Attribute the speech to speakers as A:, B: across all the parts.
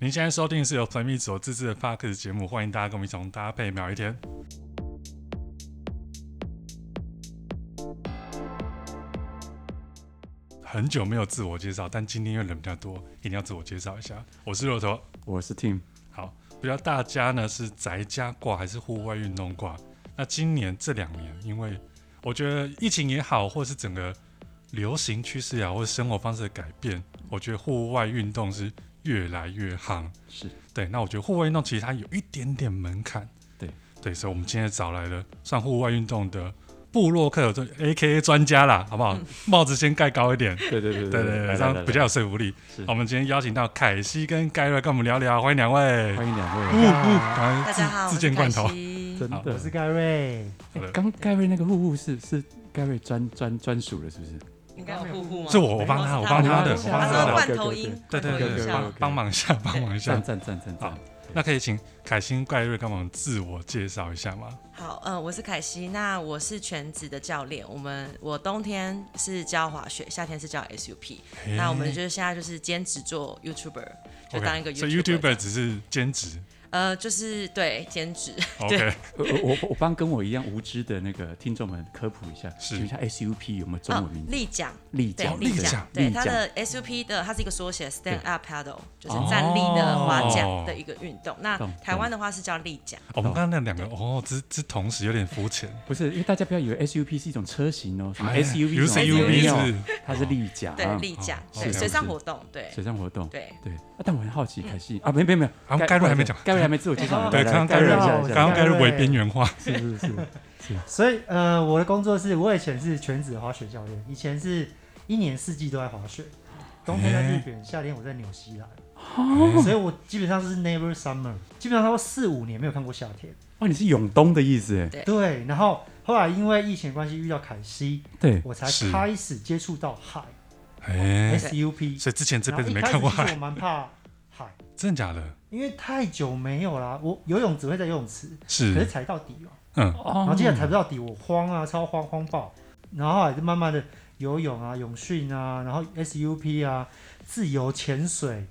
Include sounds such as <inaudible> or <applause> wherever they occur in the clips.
A: 您现在收听的是由 Play Me 所自制的 p a r k e 节目，欢迎大家跟我们一同搭配秒一天。很久没有自我介绍，但今天因为人比较多，一定要自我介绍一下。我是骆驼，
B: 我是 Tim，
A: 好，不知道大家呢是宅家挂还是户外运动挂？那今年这两年，因为我觉得疫情也好，或是整个流行趋势也好，或是生活方式的改变，我觉得户外运动是越来越夯。
B: 是
A: 对，那我觉得户外运动其实它有一点点门槛。
B: 对
A: 对，所以我们今天找来了算户外运动的布洛克这 A K A 专家啦，好不好？帽子先盖高一点。
B: 对对对
A: 对对对，这样比较有说服力。
B: 是
A: 我们今天邀请到凯西跟盖瑞跟我们聊聊，欢迎两位。
B: 欢迎两
A: 呜
B: 位。
A: 呜，赶
C: 大
A: 快
C: 家好，
A: 自自荐罐头
C: 我。是
A: <laughs>
B: 真
A: 好
B: 的，
D: 我是盖瑞，
A: 好的
B: 哎刚盖瑞那个户户是是盖瑞专专专属的，是不是？
C: 凯西，应该有护护吗？
A: 是我我帮他我帮他的
C: 他
B: 我
A: 帮他的
C: 说罐头音，
A: 对对
C: 罐头
A: 对，
C: 音
A: 对
C: 效
A: 帮帮忙一下，帮忙一下
B: 赞。赞赞赞
A: 啊好
B: 赞，
A: 那可以请凯欣、盖瑞帮忙自我介绍一下吗？
C: 好，嗯、我是凯西，那我是全职的教练，我们我冬天是教滑雪，夏天是教 SUP，、
A: 嘿
C: 那我们就是现在就是兼职做 YouTuber，就
A: OK，
C: 当一个
A: 所
C: YouTuber，,
A: 以 YouTuber 只是兼职。
C: 呃，就是对兼职，
A: OK，
B: 我呃我我我帮跟我一样无知的那个听众们科普一下，
A: 是
B: 请问一下 SUP 有没有中文名字？
C: 哦立桨。
B: 立
C: 对
B: 桨，
A: 立
C: 桨
A: 桨
C: 对
B: 立
C: 它
B: 桨
C: 的 SUP 的，它是一个缩写，Stand Up Paddle，就是站立的划桨的一个运动。那
B: 懂
C: 台湾的话是叫立桨，
A: 我们刚刚那两个哦，这这同时有点肤浅。
B: 不是，因为大家不要以为 SUP 是一种车型哦，什么
A: 哎
B: SUV 什么
A: SUV
B: 没有
A: 是
B: 它是立桨，
C: 对立桨，
A: 哦
C: 对
B: 是
C: 水上
B: 是
C: 活动，对
B: 水上活动。
C: 对。嗯
B: 对，啊但我很好奇，凯西啊，没没没
A: 啊
B: 有，
A: 盖瑞还没讲
B: 盖瑞还没自我介
A: <laughs>
B: 绍，
A: 对，
B: 来来
A: 刚刚盖瑞，
B: 瑞一下，一
A: 刚
B: 下
A: 刚盖瑞
D: 盖瑞
A: 为边缘化。
B: 是是是，
D: 所以呃，我的工作是我以前是全职滑雪教练，以前是一年四季都在滑雪，冬天在日本，夏天我在纽西兰，所以我基本上是 never summer，基本上差不多四五年没有看过夏天。
B: 哇，哦你是永东的意思哎，
C: 对
D: 对，然后后来因为疫情关系遇到凯西，
B: 对，
D: 我才
A: 是
D: 开始接触到海
A: <laughs> 哎，
D: SUP，
A: 所以之前这
D: 然后
A: 辈子
D: 一
A: 没
D: 开
A: 看
D: 始
A: 过
D: 其实
A: 海
D: 我，蛮怕海，
A: 真的假的？
D: 因为太久没有啦，我游泳只会在游泳池，可是
A: 是，
D: 踩到底哦。
A: 嗯，
B: 哦
D: 然后竟然踩不到底，我慌啊，超慌慌爆。然后还是慢慢的游泳啊、泳训啊，然后 SUP 啊、自由潜水、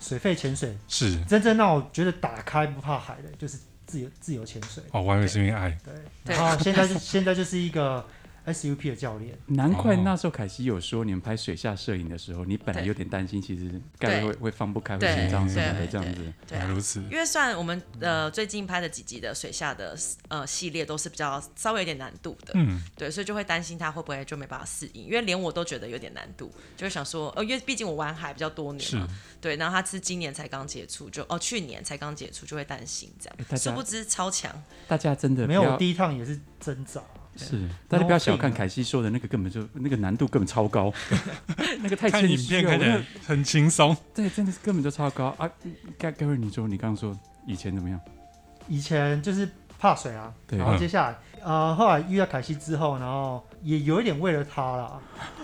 D: 水肺潜水，
A: 是。
D: 真正让我觉得打开不怕海的，就是自由自由潜水。
A: 哦，我还以为是因为爱。
D: 对，
C: 对
D: 然后现在就现在就是一个 SUP 的教练，
B: 难怪那时候凯西有说，你们拍水下摄影的时候，你本来
C: 对
B: 有点担心，其实盖瑞会会放不开，会
C: 对
B: 紧张什么的
C: 对
B: 这样子。
C: 对
A: 原来
C: 啊，
A: 如此。
C: 因为算我们呃最近拍的几集的水下的呃系列都是比较稍微有点难度的，
A: 嗯，
C: 对，所以就会担心他会不会就没办法适应，因为连我都觉得有点难度，就是想说，呃，因为毕竟我玩海比较多年
A: 是
C: 嘛，
D: 啊
C: 对，然后他是今年才刚接触，就哦去年才刚接触就会担心这
B: 哎大
C: 样，
B: 家
C: 殊不知超强，
B: 大家真的不
D: 没有
B: 要
D: 我第一趟也是挣扎。
B: 是，大家不要小看凯西说的那个，根本就那个难度根本超高，那个太
A: 看
B: 谦
A: 影
B: 虚
A: 片
B: 了。
A: 看起
B: 那
A: 来
B: 个
A: 很轻松。
B: 对，真的是根本就超高啊！盖盖瑞，你说你刚刚说以前怎么样？
D: 以前就是怕水啊，
B: 对
D: 然后接下来呃后来遇到凯西之后，然后也有一点为了他啦，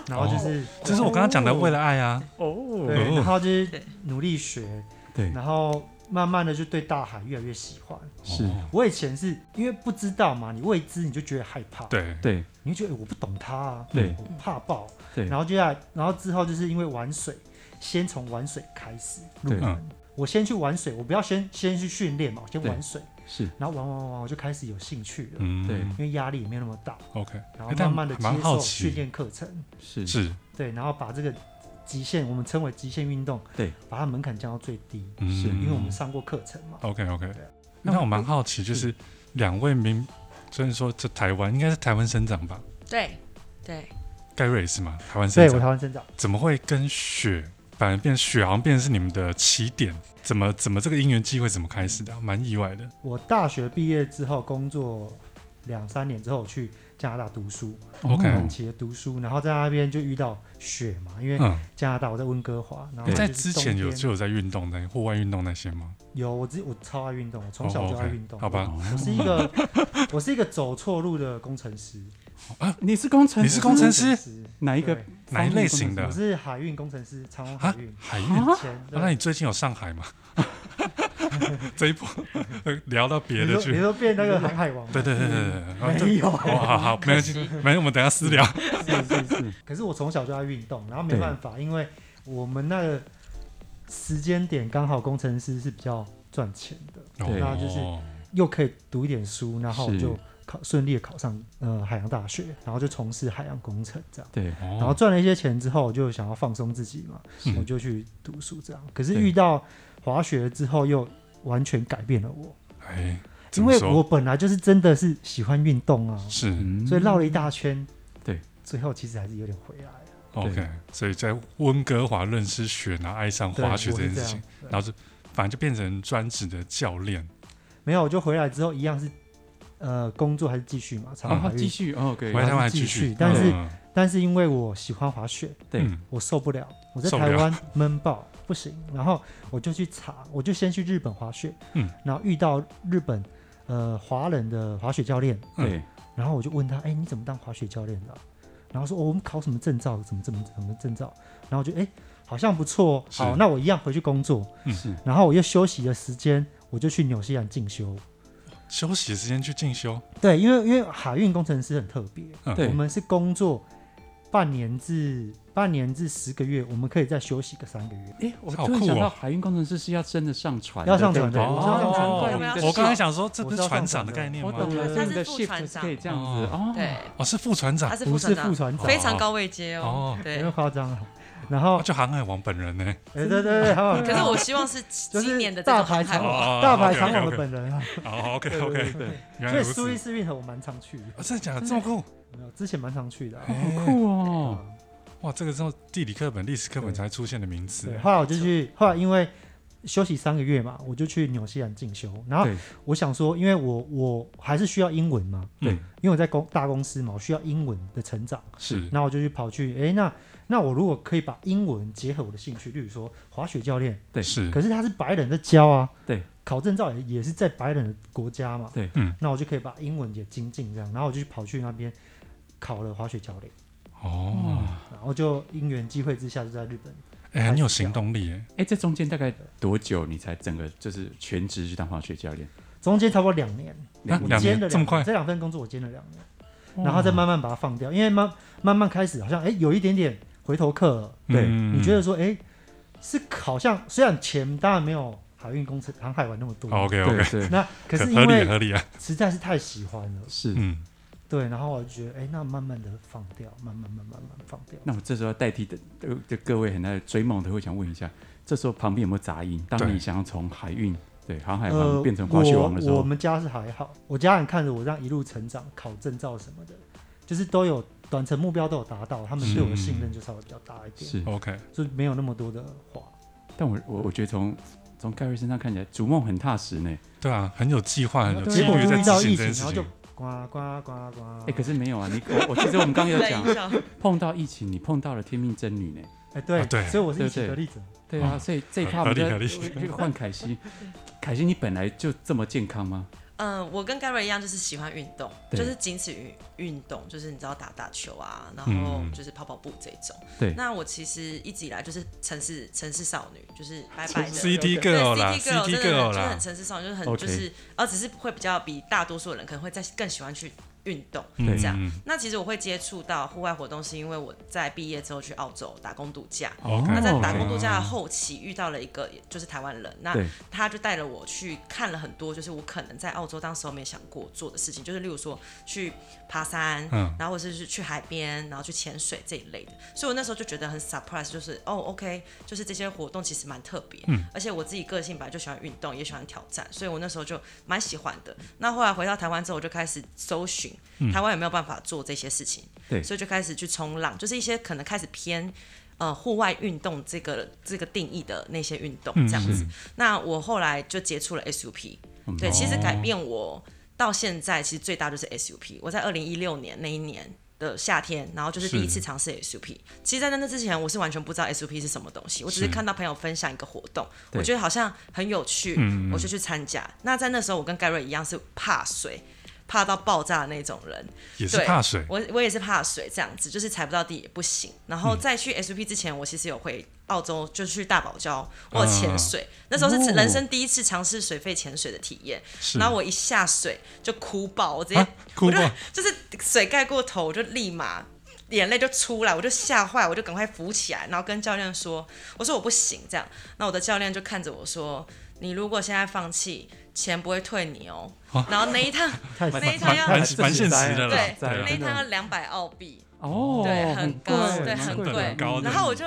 D: 然后就是、
A: 就是我刚刚讲的为了爱啊，
B: 哦，
D: 对，然后就是
C: 对
D: 努力学，
B: 对，
D: 然后慢慢的就对大海越来越喜欢。
B: 是，
A: 哦
D: 我以前是因为不知道嘛，你未知你就觉得害怕，，
A: 对，
B: 对
D: 你会觉得、欸我不懂它啊，
B: 对
D: 我怕爆，
B: 对
D: 然后接下来，然后之后就是因为玩水，先从玩水开始入
B: 对
D: 门。我先去玩水，我不要先先去训练嘛，我先
B: 对
D: 玩水，
B: 是，
D: 然后玩玩玩玩，我就开始有兴趣了，
A: 嗯，
B: 对
D: 因为压力也没有那么大，
A: ，OK，
D: 然后
A: 哎但
D: 慢慢的
A: 蛮
D: 接
A: 好
D: 受训
A: 奇，
D: 练课程，
B: 是
A: 是，
D: 对，然后把这个极限，我们称为极限运动，
B: 对，
D: 把它门槛降到最低，
B: 是
D: 因为我们上过课程嘛，
A: OK OK，
D: 对
A: 嗯
D: 嗯
A: 那我蛮好奇，就是两位名，虽然说这台湾应该是台湾生长吧，
C: 对对，
A: 盖瑞也是吗？台湾生
D: 对我台
A: 长，
D: 湾生长。
A: 怎么会跟雪反而变雪，好像变成是你们的起点？怎么怎么这个因缘机会怎么开始的啊？蛮意外的。
D: 我大学毕业之后工作两三年之后去加拿大读书，
B: 哦
A: OK
D: 短期的读书，然后在那边就遇到雪嘛，因为
A: 嗯，
D: 加拿大我在温哥华，然后
A: 在
D: 就是
A: 之
D: 冬
A: 前有
D: 天
A: 就有在运动那户外运动那些吗？
D: 有我自己我超爱运动，我从小就爱运动，
A: 哦，OK，好吧，
B: 哦
D: 我是一个我是一个走错路的工程师，
B: 你是工程
A: 你
B: 师，
A: 是工程师
B: 哪一个
D: 对
A: 哪一类型
D: 我
A: 的
D: 是海运工程师，长荣海
A: 啊
D: 运？。
A: 海
D: <laughs>
A: 运。
B: 啊
A: 啊
D: 以前
A: 那你最近有上海吗？ <laughs> 这一波呃聊到别
D: 你
A: 的
D: 说嗯你
A: 去。
D: 说变那个航海王吗，
A: 对对对对对对，啊这
D: 没有，
A: 哦，好
D: <laughs>
A: 好，没关系，没关系，我们等一下私聊。
B: 是是是，
D: 可是我从小就爱运动，然后没办法，因为我们那个时间点刚好工程师是比较赚钱的，
B: 对
A: 哦
D: 那就是又可以读一点书，然后
B: 是
D: 就考顺利地考上呃海洋大学，然后就从事海洋工程这样。
B: 对，
A: 然
D: 然后赚了一些钱之后，我就想要放松自己嘛，
A: 嗯
D: 我就去读书这样。可是
B: 对
D: 遇到滑雪之后，又完全改变了我，
A: 哎，怎
D: 因
A: 么
D: 为
A: 说
D: 我本来就是真的是喜欢运动啊，
A: 是
B: 嗯
D: 所以绕了一大圈，
B: 对，
D: 最后其实还是有点回来啊。
A: OK，所以在温哥华认识雪，然后啊爱上
D: 对
A: 滑雪
D: 我
A: 这
D: 是
A: 件事
D: 样
A: 情，
D: 对
A: 然后就反正就变成专职的教练。
D: 没有，我就回来之后一样是呃工作还是继续嘛，长
B: 哦，他
D: 海
B: 继续哦，OK，
A: 回来台湾还
D: 继
A: 继
D: 续
A: 续，
D: 但是
A: 嗯
D: 但是因为我喜欢滑雪，
B: 对
A: 嗯
D: 我受不了，我在
A: 受不
D: 台
A: 了
D: 湾闷爆不行，然后我就去查，我就先去日本滑雪，
A: 嗯，
D: 然后遇到日本呃华人的滑雪教练，
B: 对，
D: 然后我就问他，哎、你怎么当滑雪教练的啊、然后说、哦我们考什么证照，怎么怎么怎么证照，然后我就哎、好像不错哦，
A: 是
D: 好，那我一样回去工作，
A: 嗯
B: 是
D: 然后我又休息的时间，我就去纽西兰进修，
A: 休息的时间去进修，
D: 对，因为因为海运工程师很特别，
A: 嗯
B: 对
D: 我们是工作半年至半年至十个月，我们可以再休息个三个月。
B: 哎，我
A: 好
B: 突然
A: 酷
B: 想
A: 哦
B: 到海运工程师是要真的上船的，
D: 要上船
B: 对不
D: 的
B: 对
D: 我知道上船
B: 哦
C: 要不要
B: 你的
A: 我刚才
B: shift-
A: 想说，这不
D: 我知
A: 是
D: 道
A: 船
D: 上
A: 长的
D: 船
A: 概念
B: 我
A: 吗？
B: 懂了，
C: 他
B: 所以
C: 是
B: 你的
C: 副
B: shift
C: 船
B: 是
C: 长
B: 可以这样子哦，
C: 对，
A: 哦，是副船
C: 他
A: 长
C: 是
D: 不
C: 副
D: 是
C: 船长，
D: 副船长，
C: 非常高位阶哦。
A: 哦，
D: 没
C: 对
D: 有，夸张啊。然后
A: 那，哦就航海王本人呢？
D: 哎，对对对，好
C: 可是我希望是今年的这
D: 大
C: 种
D: 牌
C: 海
D: 长
A: 哦
C: 王，
A: 哦
D: 网，
A: 哦
D: 大牌
A: OK，OK，
D: 长网的
A: OK
D: 本人啊。
A: 哦，OK
B: 对
A: OK，
B: 对，
A: 原
D: 所
A: 来
D: 以
A: 如
D: 苏伊
A: 此，
D: 士运河我蛮常去的，
A: 啊真的假的这么酷？哎
D: 没有之前蛮常去的啊。
B: 好酷哦，
D: 嗯
A: 哇，这个是地理课本、历史课本
D: 对
A: 才出现的名词
D: 对，。后来我就去，后来因为休息三个月嘛，我就去纽西兰进修。然后
B: 对
D: 我想说，因为我我还是需要英文嘛，
A: 嗯，
D: 因为我在公大公司嘛，我需要英文的成长。
A: 是
D: 那我就去跑去，诶，那那我如果可以把英文结合我的兴趣，例如说滑雪教练，
B: 对
A: 是
D: 可是他是白人在教啊，
B: 嗯对，
D: 考证照也也是在白人的国家嘛，
B: 对
A: 嗯
D: 那我就可以把英文也精进这样，然后我就去跑去那边考了滑雪教练，
A: 哦，
D: 然后就因缘际会之下就在日本，
A: 哎，很有行动力耶，
B: 哎，这中间大概多久你才整个就是全职去当滑雪教练？
D: 中间差不多两年，
A: 啊
D: 我
A: 两
D: 兼
A: 年
D: 了
A: 这么快
D: 这两份工作我兼了两年，然后再慢慢把它放掉，因为慢慢慢开始好像诶有一点点回头客了，
B: 对
A: 嗯
D: 你觉得说诶是好像虽然钱当然没有海运工程航海玩那么多，
A: ？OK
B: 对
A: OK，
B: 对，
D: 那可是
A: 哦合
D: 因
A: 理
D: 为
A: 合理啊，
D: 实在是太喜欢了，
B: 是。
A: 嗯。
D: 对，然后我就觉得，哎，那慢慢的放掉，慢慢慢慢慢慢放掉。
B: 那我这时候要代替的，呃就各位很爱追梦的会想问一下，这时候旁边有没有杂音？当
A: 对
B: 你想要从海运对航
A: 哎
B: 海
D: 呃
B: 王，变成滑雪王的时
D: 我我
B: 候，
D: 们家是还好，我家人看着我这样一路成长，考证照什么的，就是都有短程目标都有达到，他们对我的信任就稍微比较大一点，
B: 是，
A: OK，
D: 就没有那么多的话。
B: 但我我我觉得从从盖瑞身上看起来，逐梦很踏实呢。
A: 对啊，很有计划，很有
D: 结
A: 纪
D: 果
A: 律在
D: 遇到
A: 执
D: 疫
A: 行这件
C: 啊
D: 情，然
A: 事
D: 后就
A: 情。
D: 呱呱呱呱。
B: 哎，可是没有啊，你我我其实我们刚刚有
C: 哦 <laughs> 对
B: 讲，
C: 印象
B: 碰到疫情，你碰到了天命真女呢。
D: 哎，对
A: 啊对
D: 所以我是
B: 对
D: 一起
B: 对
D: 得利者。
B: 对啊，
A: 嗯
B: 所以这一趴
A: 合
B: 我们
A: 理
B: 就
A: 合理
B: 就换凯
C: <laughs>
B: 西，凯西你本来就这么健康吗？
C: 嗯，我跟 Gary 一样，就是喜欢运动，
B: 对
C: 就是仅此于运动，就是你知道打打球啊，然后
A: 嗯
C: 就是跑跑步这种。
B: 对
C: 那我其实一直以来就是城市城市少女，就是白白的。
A: CD
C: 对
A: girl 啦
C: City girl
A: ，CD
C: 真
A: girl
C: 的很就是很
A: 啦，
C: 城市少女，就是很
B: OK
C: 就是，呃，只是会比较比大多数人可能会在更喜欢去运动。
A: 嗯
C: 这样
A: 嗯
C: 那其实我会接触到户外活动，是因为我在毕业之后去澳洲打工度假。
A: OK
C: 那在
B: 哦
C: 打工度假的后期遇到了一个就是台湾人，那
B: 对嗯
C: 他就带了我去看了很多，就是我可能在澳洲当时候没想过做的事情，就是例如说去爬山，
A: 嗯
C: 然后或者是去海边，然后去潜水这一类的。所以我那时候就觉得很 surprise，就是哦，OK，就是这些活动其实蛮特别，
A: 嗯
C: 而且我自己个性本来就喜欢运动，也喜欢挑战，所以我那时候就蛮喜欢的。那后来回到台湾之后，我就开始搜寻
A: 嗯
C: 台湾有没有办法做这些事情，
B: 对
C: 所以就开始去冲浪，就是一些可能开始偏。呃，户外运动这个这个定义的那些运动
A: 嗯
C: 这样子，
A: 是
C: 那我后来就接触了 SUP，、
B: 嗯
C: 对，
A: 哦
C: 其实改变我到现在，其实最大就是 SUP。我在二零一六年那一年的夏天，然后就是
A: 是
C: 第一次尝试 SUP。其实，在那之前，我是完全不知道 SUP 是什么东西，我只是
A: 是
C: 看到朋友分享一个活动，
B: 对
C: 我觉得好像很有趣，
A: 嗯嗯
C: 我就去参加。那在那时候，我跟盖瑞一样是怕水。怕到爆炸的那种人，
A: 也是怕水，
C: 我我也是怕水，这样子就是踩不到地也不行。
A: 嗯
C: 然后在去 SUP 之前，我其实有回澳洲，就去大堡
A: 啊
C: 礁，我有潜水，那时候是
B: 哦
C: 人生第一次尝试水肺潜水的体验。
A: 是哦
C: 然后我一下水就哭爆，我直接、
A: 啊，哭
C: 我
A: 过
C: 就就是水盖过头，我就立马眼泪就出来，我就吓坏，我就赶快扶起来，然后跟教练说：“我说我不行。”这样，那我的教练就看着我说：“你如果现在放弃，钱不会退你哦。”然后那一趟，
D: 太
C: 那一趟
A: 蛮
C: 要
A: 蛮
B: 自己
A: 蛮现
B: 栽
A: 实的啦
C: 对，，
B: 自己栽
A: 啊 <laughs> 对
C: 那
A: 啊，
C: 一
B: 真的
C: 趟要两百澳币，
B: 哦，
C: 对，
B: 很
C: 很高，
D: 贵
C: 对，
D: 蛮
C: 很
A: 贵的
C: 贵
A: 蛮。高的
C: 然后我就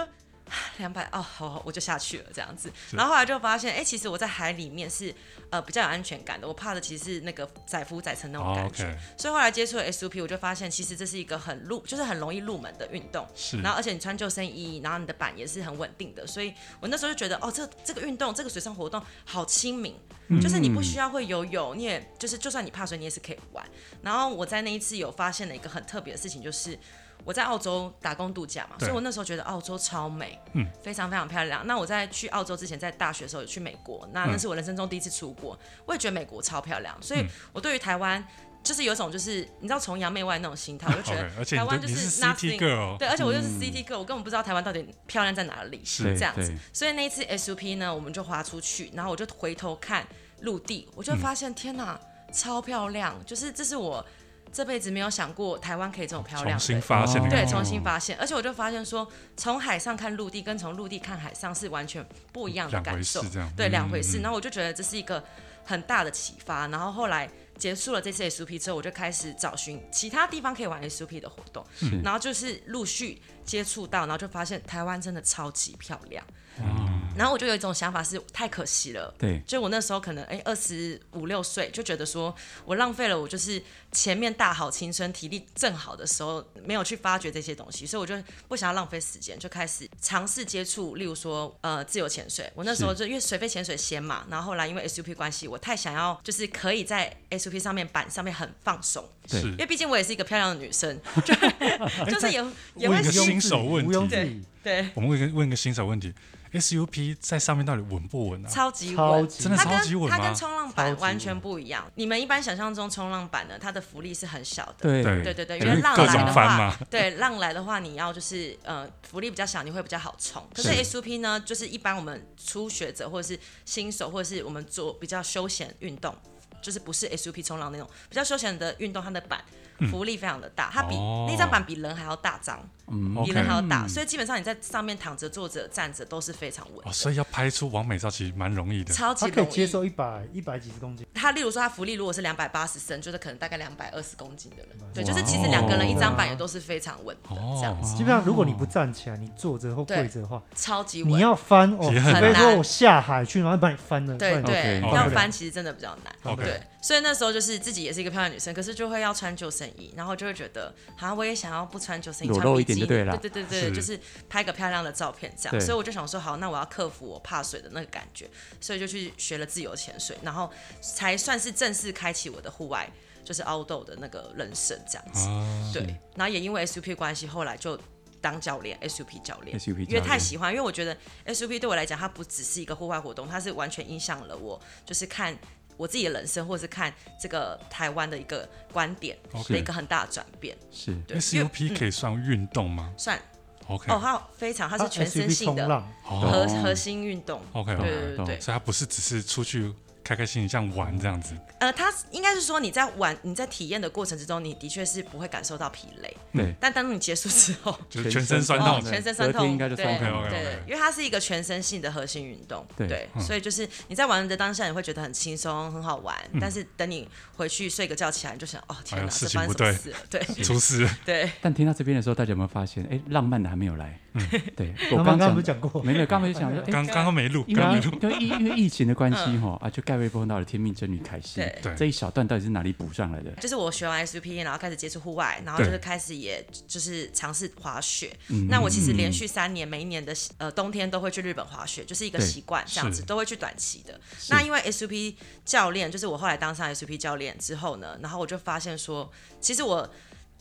C: 两百哦，好，好我就下去了这样子。然后后来就发现，哎、其实我在海里面是呃比较有安全感的，我怕的其实是那个载浮载沉那种
A: 哦
C: 感觉。
A: ，OK，
C: 所以后来接触了 SUP，我就发现其实这是一个很入，就是很容易入门的运动。
A: 是
C: 然后而且你穿救生衣，然后你的板也是很稳定的，所以我那时候就觉得，哦，这这个运动，这个水上活动好亲民，
A: 嗯
C: 就是你不需要会游泳，你也就是就算你怕水，你也是可以玩。然后我在那一次有发现了一个很特别的事情，就是。我在澳洲打工度假嘛，
A: 对
C: 所以我那时候觉得澳洲超美，
A: 嗯
C: 非常非常漂亮。那我在去澳洲之前，在大学的时候有去美国，那
A: 嗯
C: 那是我人生中第一次出国，我也觉得美国超漂亮，所以我对于台湾就是有一种就是你知道崇洋媚外那种心态，我就觉
A: <laughs> OK，
C: 得
A: 欸而且
C: 台
A: 你
C: 湾
A: 的
C: 就
A: 你是 CT
C: nothing，
A: girl，
C: 对，而且我又是 CT 哥，我根本不知道台湾到底漂亮在哪里，
A: 是
B: 对
C: 这样子
B: 对。
C: 所以那一次 SUP 呢，我们就划出去，然后我就回头看陆地，我就
A: 嗯
C: 发现、天哪，超漂亮！就是这是我这辈子没有想过台湾可以这么漂亮
A: 重新。
C: 的
A: 发现哦的
C: 对，
A: 感觉
C: 重新发现，而且我就发现说，从海上看陆地跟从陆地看海上是完全不一样的
A: 两
C: 感
A: 回
C: 受
A: 事，这样，
C: 对，
A: 嗯
C: 两回事。
A: 嗯
C: 然后我就觉得这是一个很大的启发。然后后来结束了这次 SUP 之后，我就开始找寻其他地方可以玩 SUP 的活动，然后就是陆续接触到，然后就发现台湾真的超级漂亮。
A: 嗯
C: 然后我就有一种想法是太可惜了。
B: 对，
C: 就我那时候可能哎二十五六岁就觉得说我浪费了我就是前面大好青春体力正好的时候没有去发掘这些东西，所以我就不想要浪费时间，就开始尝试接触，例如说呃自由潜水。我那时候就因为水肺潜水先嘛，然后后来因为 SUP 关系，我太想要就是可以在 SUP 上面板上面很放松，
B: 对
A: 是
C: 因为毕竟我也是一个漂亮的女生，就 <laughs> 就是也也
A: 问
C: 会
A: 一个
C: 喜
A: 新手问题
D: 毋庸置疑，
C: 对
A: 我们问一个问一个新手问题，SUP 在上面到底稳不稳啊？
C: 超级
D: 超
C: 稳
D: 级
A: 真的
C: 它
A: 超
C: 跟
A: 级稳
C: 它
A: 吗
C: 跟？冲浪
D: 超级
C: 板
D: 稳
C: 完全不一样。你们一般想象中冲浪板呢，它的浮力是很小的。
B: 对
A: 对
C: 对对对，因
A: 对
C: 为浪
A: 各
C: 来
A: 种
C: 的
A: 翻
C: 话
A: 嘛，
C: 对浪来的话，你要就是呃浮力比较小，你会比较好冲。可是
B: 是
C: SUP 呢，就是一般我们初学者或者是新手，或者是我们做比较休闲运动，就是不是 SUP 冲浪那种比较休闲的运动，它的板浮力非常的大，它比
A: 嗯哦
C: 那张板比人还要大张，
B: 嗯，
A: OK
C: 比人还要大，所以基本上你在上面躺着、坐着、站着都是非常稳
A: 哦，，所以要拍出完美照其实蛮容易的，
C: 超级
D: 他可以
C: 容
D: 接
C: 易。
D: 受一百一百几十公斤，
C: 他例如说他浮力如果是两百八十升，就是可能大概两百二十公斤的人，对，
B: 哇
C: 就是其实两个人一张板也都是非常稳的，
A: 哦
C: 这样子
D: 基本上如果你不站起来，你坐着或跪着的话，
C: 超级
D: 你
C: 稳。
D: 要翻哦，
A: 也
D: 除
A: 很
D: 非
C: 难
D: 说我下海去，然后把你翻了，
C: 对
D: 不然
C: 对
B: OK，
C: 要
A: OK
C: 翻其实真的比较难。
A: OK
C: 对，所以那时候就是自己也是一个漂亮女生，可是就会要穿救生衣，然后就会觉得，好像我也想要不穿救生衣，
B: 裸
C: 穿
B: 露
C: 比
B: 一点
C: 基
B: 就
C: 尼
B: 对了
C: 对对对对，
A: 是
C: 就是拍个漂亮的照片这样。
B: 对
C: 所以我就想说，好，那我要克服我怕水的那个感觉，所以就去学了自由潜水，然后才算是正式开启我的户外就是 outdoor 的那个人生这样子。
A: 啊，
C: 对，然后也因为 SUP 关系，后来就当教练，SUP 教练
B: SUP
C: 因为
B: 教
C: 太
B: 练
C: 喜欢，因为我觉得 SUP 对我来讲，它不只是一个户外活动，它是完全影响了我，就是看我自己的人生，或是看这个台湾的一个观点的一个很大的转变。
B: 是
C: 对，因为
A: SUP 可以算运动吗
C: 算
A: ？OK，
C: 嗯哦，它非常，它
D: 它
C: 是全身
D: SUP
C: 性
D: 冲
C: 的
D: 浪，
A: 哦，
C: 核
B: 哦
C: 核心运动。
A: OK，
C: 对
B: 懂
C: 对对
B: 懂
C: 对，
A: 所以它不是只是出去开开心心这样玩这样子，
C: 呃，它应该是说你在玩、你在体验的过程之中，你的确是不会感受到疲累，
B: 对，
C: 但当你结束之后，
A: 就是全身酸
C: 哦
A: 痛，
C: 全身酸
B: 隔天
C: 痛，
B: 应该就酸
C: 对
B: 痛
A: 了
C: 对
A: OK，OK，OK
C: 因为它是一个全身性的核心运动，
B: 对
A: 嗯
C: 所以就是你在玩的当下，你会觉得很轻松、很好玩，但是等你回去睡个觉起来，你就想，哦
A: 嗯哎
C: 天哪，
A: 呦
C: 这
A: 事情
C: 发生
A: 不
C: 什么事了？ <laughs> 对
A: 出事，
C: 对，
B: 但听到这边的时候，大家有没有发现，哎，浪漫的还没有来？嗯对，我刚
D: 我刚刚
B: 讲
D: 不是讲过，
B: 没有，刚刚就想说，哎，
A: 刚刚刚没录，
B: 因
A: 刚刚没
B: 为
A: 录，
B: 因为疫因为疫情的关系哈啊，就盖瑞碰到了天命真女凯西
C: 对，
A: 对
B: 这一小段到底是哪里补上来的？
C: 就是我学完 SUP，然后 E，开始接触户外，然后
A: 对嗯
C: 就是开始也就是尝试滑雪。那我其实连续三年，每一年的呃冬天都会去日本滑雪，就是一个
B: 对
C: 习惯，这样子
A: 是
C: 都会去短期的。那因为 SUP E 教练，就是我后来当上 SUP E 教练之后呢，然后我就发现说，其实我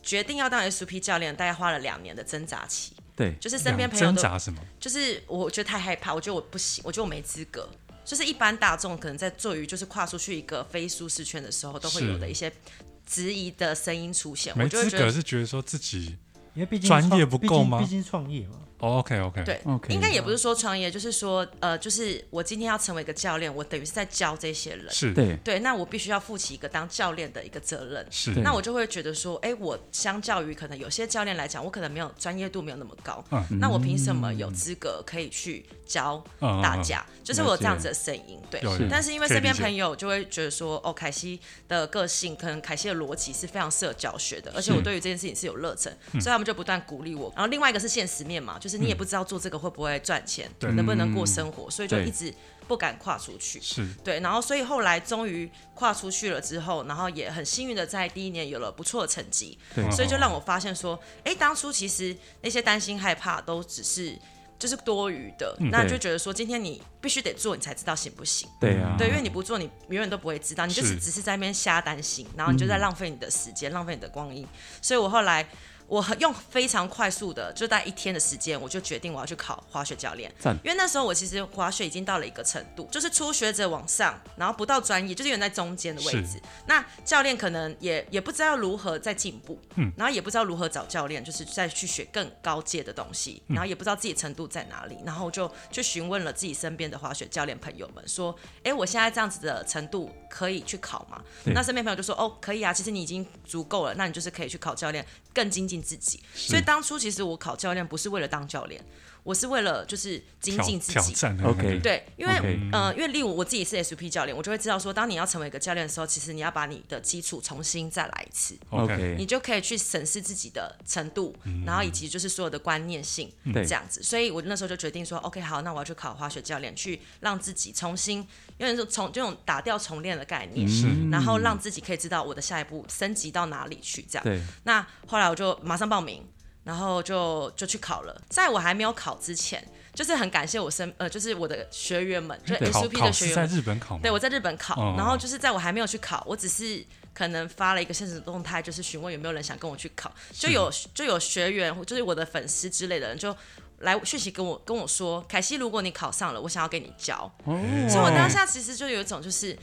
C: 决定要当 SUP E 教练，大概花了两年的挣扎期，
B: 对，
C: 就是身边朋友
A: 挣
C: 都
A: 扎什么？
C: 就是我觉得太害怕，我觉得我不行，我觉得我没资格。就是一般大众可能在做于就是跨出去一个非舒适圈的时候，都会
A: 是
C: 有的一些质疑的声音出现，我
A: 没
C: 就会
A: 资
C: 觉
A: 格
C: 得
A: 是觉得说自己哦
D: 因为毕竟
A: 专业
D: 创
A: 不
D: 毕
A: 够
D: 竟
A: 吗
D: 毕竟创业嘛，
A: OK OK，
C: 对
B: OK
C: 应该也不是说创业，就是说，呃，就是我今天要成为一个教练，我等于是在教这些人。
A: 是
B: 对
C: 对，那我必须要负起一个当教练的一个责任。
A: 是
B: 对
C: 那我就会觉得说，哎，我相较于可能有些教练来讲，我可能没有专业度没有那么高，
A: 嗯
C: 那我凭什么有资格可以去教
A: 嗯
C: 大家？就是我有这样子的声音，对
A: 有有。
C: 但是因为
A: 可以
C: 身边
A: 理解
C: 朋友就会觉得说，哦，凯西的个性，可能凯西的逻辑是非常适合教学的，而且我对于这件事情是有热忱，
A: 嗯
C: 所以他们就不断鼓励我。然后另外一个是现实面嘛，就是你也不知道做这个会不会赚钱，
A: 对嗯
C: 能不能过生活，所以就
B: 对
C: 一直不敢跨出去。
A: 是
C: 对，然后所以后来终于跨出去了之后，然后也很幸运的在第一年有了不错的成绩，
B: 对
C: 所以就让我发现说，哎，当初其实那些担心害怕都只是就是多余的，那
B: 对
C: 就觉得说今天你必须得做，你才知道行不行。
B: 对啊，
C: 对，因为你不做，你永远都不会知道，你就是
A: 是
C: 只是在那边瞎担心，然后你就在浪费你的时间，浪费你的光阴。所以我后来我很用非常快速的，就在一天的时间，我就决定我要去考滑雪教练。
B: 赞
C: 因为那时候我其实滑雪已经到了一个程度，就是初学者往上，然后不到专业，就是有人在中间的位置
A: 是。
C: 那教练可能也也不知道如何在进步，
A: 嗯
C: 然后也不知道如何找教练，就是再去学更高阶的东西，
A: 嗯
C: 然后也不知道自己程度在哪里，然后就去询问了自己身边的滑雪教练朋友们，说，哎，我现在这样子的程度可以去考吗？
B: 对
C: 那身边朋友就说，哦，可以啊，其实你已经足够了，那你就是可以去考教练，更精进自己。所以当初其实我考教练不是为了当教练，我是为了就是精
A: 挑
C: 进自
A: 挑
C: 己。
A: 战的那种
B: OK
A: 感觉
C: 对，因为
B: OK
C: 呃，因为例如我自己是 SP 教练，我就会知道说，当你要成为一个教练的时候，其实你要把你的基础重新再来一次。
A: OK，
C: 你
B: OK
C: 就可以去审视自己的程度，然后以及就是所有的观念性、
B: 对
C: 这样子。所以我那时候就决定说，OK，好，哦那我要去考滑雪教练，去让自己重新，有点说从这种打掉重练的概念，
A: 是
C: 然后让自己可以知道我的下一步升级到哪里去这样。
B: 嗯对
C: 那后来我就马上报名，然后就就去考了。在我还没有考之前，就是很感谢我身呃，就是我的学员们，就是
A: 考
C: SUP
A: 考
C: 的学
A: 是
C: 员
A: 在
C: 们，
A: 日本考吗？
C: 对，我在日本考，
A: 哦
C: 然后就是在我还没有去考，我只是可能发了一个现实动态，就是询问有没有人想跟我去考，就有就有学员，就是我的粉丝之类的人就。来讯息跟我跟我说，凯西，如果你考上了，我想要给你教。
B: 哦
C: 所以我当下其实就有一种就是。